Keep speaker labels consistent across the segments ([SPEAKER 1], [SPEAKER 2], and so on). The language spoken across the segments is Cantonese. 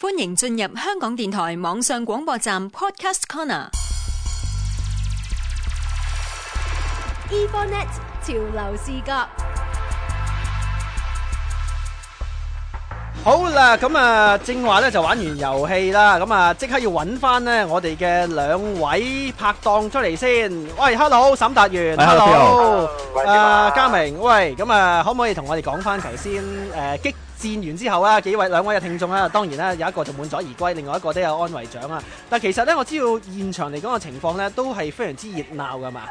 [SPEAKER 1] 歡迎進入香港電台網上廣播站 Podcast Corner。
[SPEAKER 2] Evonet 潮流視覺，
[SPEAKER 3] 好啦，咁啊，正話咧就玩完遊戲啦，咁啊，即刻要揾翻咧我哋嘅兩位拍檔出嚟先。喂，Hello，沈達源
[SPEAKER 4] 喂，hello，
[SPEAKER 3] ，Hello，
[SPEAKER 5] 喂
[SPEAKER 3] 啊，
[SPEAKER 5] 點啊
[SPEAKER 3] 嘉明，喂，咁啊，可唔可以同我哋講翻頭先誒激戰完之後啊，幾位兩位嘅聽眾啊，當然啦，有一個就滿載而歸，另外一個都有安慰獎啊。但其實咧，我知道現場嚟講嘅情況咧，都係非常之熱鬧噶嘛。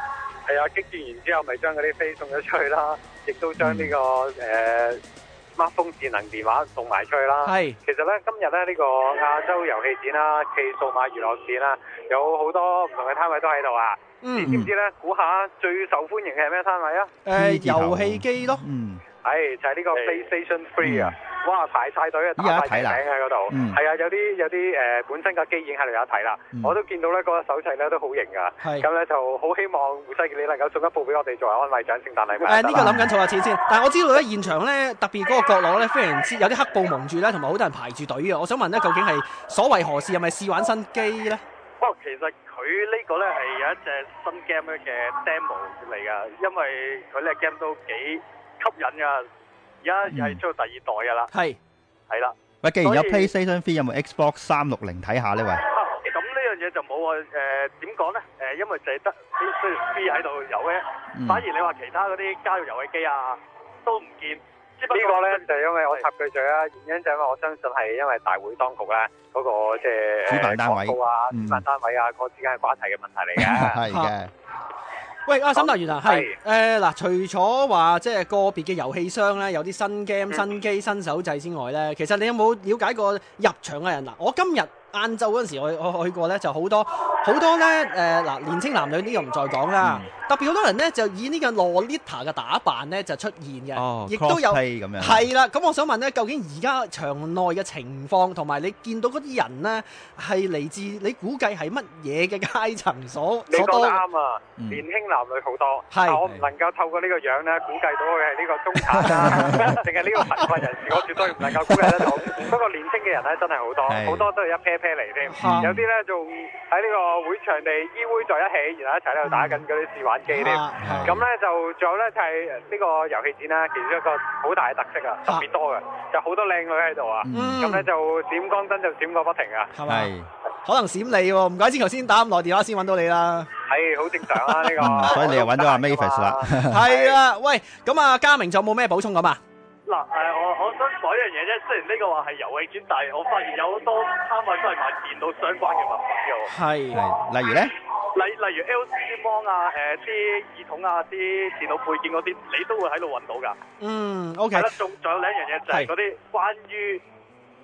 [SPEAKER 5] 係啊，激戰完之後，咪將嗰啲飛送咗出去啦，
[SPEAKER 3] 嗯
[SPEAKER 5] 亦都將呢、個誒、smartphone 智能電話送埋出去啦。
[SPEAKER 3] 係，
[SPEAKER 5] 其實咧，今日咧呢、個亞洲遊戲展啦、暨數碼娛樂展啦，有好多唔同嘅攤位都喺度啊！你知
[SPEAKER 3] 嗯，
[SPEAKER 5] 唔知咧？估下最受歡迎嘅係咩攤位啊？
[SPEAKER 3] 誒
[SPEAKER 4] P 字頭
[SPEAKER 3] 遊戲機咯，
[SPEAKER 4] 嗯，
[SPEAKER 5] 係就係、呢個 PlayStation Three 啊！
[SPEAKER 6] 嗯
[SPEAKER 5] 哇，排晒隊啊，打
[SPEAKER 4] 依家
[SPEAKER 5] 晒
[SPEAKER 4] 睇啦
[SPEAKER 5] 頂喺嗰度。
[SPEAKER 4] 嗯
[SPEAKER 5] 係啊，有啲有啲誒、本身個機已經喺度有得睇啦。
[SPEAKER 4] 嗯
[SPEAKER 5] 我都見到咧，嗰、個手掣咧都好型噶。
[SPEAKER 3] 係。
[SPEAKER 5] 咁咧就好希望胡世傑你能夠送一部俾我哋作為安慰獎聖誕禮物。
[SPEAKER 3] 誒
[SPEAKER 5] 啊
[SPEAKER 3] 呢個諗緊儲下錢先，但係我知道咧現場咧特別嗰個角落咧非常之有啲黑布蒙住咧，同埋好多人排住隊嘅。我想問咧，究竟係所為何事？係咪試玩新機咧？
[SPEAKER 6] 不
[SPEAKER 5] 哦
[SPEAKER 6] 過其實佢呢個呢係有一隻新 game 嘅 demo 嚟㗎，因為佢呢 game 都幾吸引㗎。而家又係出到第二代㗎啦，
[SPEAKER 3] 係
[SPEAKER 6] 係啦。
[SPEAKER 4] 喂，既然
[SPEAKER 6] 所
[SPEAKER 4] 有
[SPEAKER 6] 以
[SPEAKER 4] PlayStation Three，有冇 Xbox 三六零睇下呢？喂，
[SPEAKER 6] 啊咁呢樣嘢就冇啊誒點講呢？誒、因為就係得 PlayStation 3喺度有嘅，
[SPEAKER 4] 嗯
[SPEAKER 6] 反而你話其他嗰啲家用遊戲機啊都唔見。呢
[SPEAKER 5] 呢個呢，就因為我插佢嘴啦，原因就係因為我相信係因為大會當局咧嗰、個即係
[SPEAKER 4] 主辦單位
[SPEAKER 5] 誒廣告啊、
[SPEAKER 4] 嗯
[SPEAKER 5] 主辦單位啊嗰個之間嘅關係嘅問題 嚟嘅。
[SPEAKER 4] 係嘅，
[SPEAKER 3] 喂，阿沈達源啊，係誒
[SPEAKER 5] 係
[SPEAKER 3] 嗱，除咗話即係個別嘅遊戲商咧有啲新 game、新機、新手掣之外咧，其實你有冇了解過入場嘅人嗱？我今日晏晝嗰陣時，我我去過咧，就好多好多咧誒嗱，年青男女呢個唔再講啦，特別好多人咧就以呢個 Lolita 嘅打扮咧就出現
[SPEAKER 4] 哦
[SPEAKER 3] 嘅，亦都有。
[SPEAKER 4] ，cosplay 咁樣，
[SPEAKER 3] 係啦，咁我想問咧，究竟而家場內嘅情況，同埋你見到嗰啲人呢，係嚟自你估計係乜嘢嘅階層所
[SPEAKER 5] 你
[SPEAKER 3] 所
[SPEAKER 5] 講
[SPEAKER 3] 多
[SPEAKER 5] 得
[SPEAKER 3] 嘅？
[SPEAKER 5] 啱啊！
[SPEAKER 4] 嗯
[SPEAKER 5] 年輕男女好多，
[SPEAKER 3] 係
[SPEAKER 5] 但我唔能夠透過呢個樣咧估計到佢係呢個中產 啦，定係呢個貧困人士，我絕對唔能夠估計得到。不過年輕嘅人咧真係好多，
[SPEAKER 4] 係
[SPEAKER 5] 好多都係一 pair pair 嚟添，
[SPEAKER 3] 嚇
[SPEAKER 5] 有啲咧仲喺呢個會場地依偎在一起，然後一齊喺度打緊嗰啲試玩機添。
[SPEAKER 3] 啊係
[SPEAKER 5] 咁咧就仲有咧就係呢個遊戲展啦，其中一個好大嘅特色啊，特別多嘅，就好多靚女喺度啊。
[SPEAKER 4] 嗯
[SPEAKER 5] 咁咧就閃光燈就閃個不停啊，
[SPEAKER 3] 係咪？
[SPEAKER 4] 係，
[SPEAKER 3] 可能閃你喎，唔怪之頭先打咁耐電話先揾到你啦。
[SPEAKER 5] 係好正常啦呢
[SPEAKER 4] 嗯
[SPEAKER 5] 個。
[SPEAKER 4] 所以你又揾到阿 Mavis 啦
[SPEAKER 3] 係啊，喂，咁啊，嘉明仲有冇咩補充咁啊？
[SPEAKER 6] 嗱誒，我我想講一樣嘢啫。雖然呢個話係遊戲展，但係我發現有好多攤位都係賣電腦相關嘅物品嘅喎。
[SPEAKER 3] 係
[SPEAKER 4] 係，例如咧，
[SPEAKER 6] 例例如 LCD 芒啊，誒、啲耳筒啊，啲電腦配件嗰啲，你都會喺度揾到㗎。
[SPEAKER 3] 嗯，OK，
[SPEAKER 6] 係啦，仲仲有另一樣嘢就
[SPEAKER 3] 係
[SPEAKER 6] 係嗰啲關於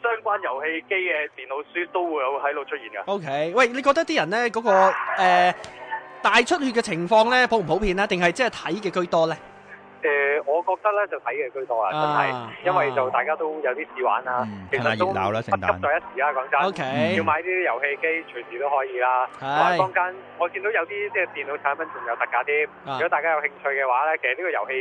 [SPEAKER 6] 相關遊戲機嘅電腦書都會有喺度出現㗎。
[SPEAKER 3] OK，喂，你覺得啲人呢嗰、個誒、呃大出血嘅情況呢，普唔普遍呢？定係即係睇嘅居多呢？
[SPEAKER 5] 誒，呃我覺得咧就睇嘅居多啊，真
[SPEAKER 3] 啊
[SPEAKER 5] 係，因為就
[SPEAKER 3] 啊
[SPEAKER 5] 大家都有啲試玩啦
[SPEAKER 4] 嗯，
[SPEAKER 5] 其
[SPEAKER 4] 趁下熱
[SPEAKER 5] 實都
[SPEAKER 4] 鬧啦
[SPEAKER 5] 不
[SPEAKER 4] 聖誕
[SPEAKER 5] 急在一時啦，啊講
[SPEAKER 3] OK
[SPEAKER 5] 真，要買啲遊戲機隨時都可以啦。同
[SPEAKER 3] 係
[SPEAKER 5] 埋坊間我見到有啲即係電腦產品仲有特價添，
[SPEAKER 3] 啊
[SPEAKER 5] 如果大家有興趣嘅話咧，其實呢個遊戲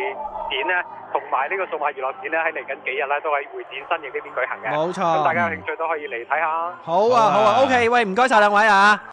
[SPEAKER 5] 展咧同埋呢個數碼娛樂展咧喺嚟緊幾日咧都喺會展新
[SPEAKER 4] 哦
[SPEAKER 5] 翼呢邊舉行嘅，
[SPEAKER 3] 冇
[SPEAKER 5] 咁大
[SPEAKER 3] 錯，
[SPEAKER 5] 家有興趣都可以嚟睇下。
[SPEAKER 3] 好啊，好
[SPEAKER 4] 好
[SPEAKER 3] 啊
[SPEAKER 4] 啊
[SPEAKER 3] ，OK，喂，唔該晒兩位啊。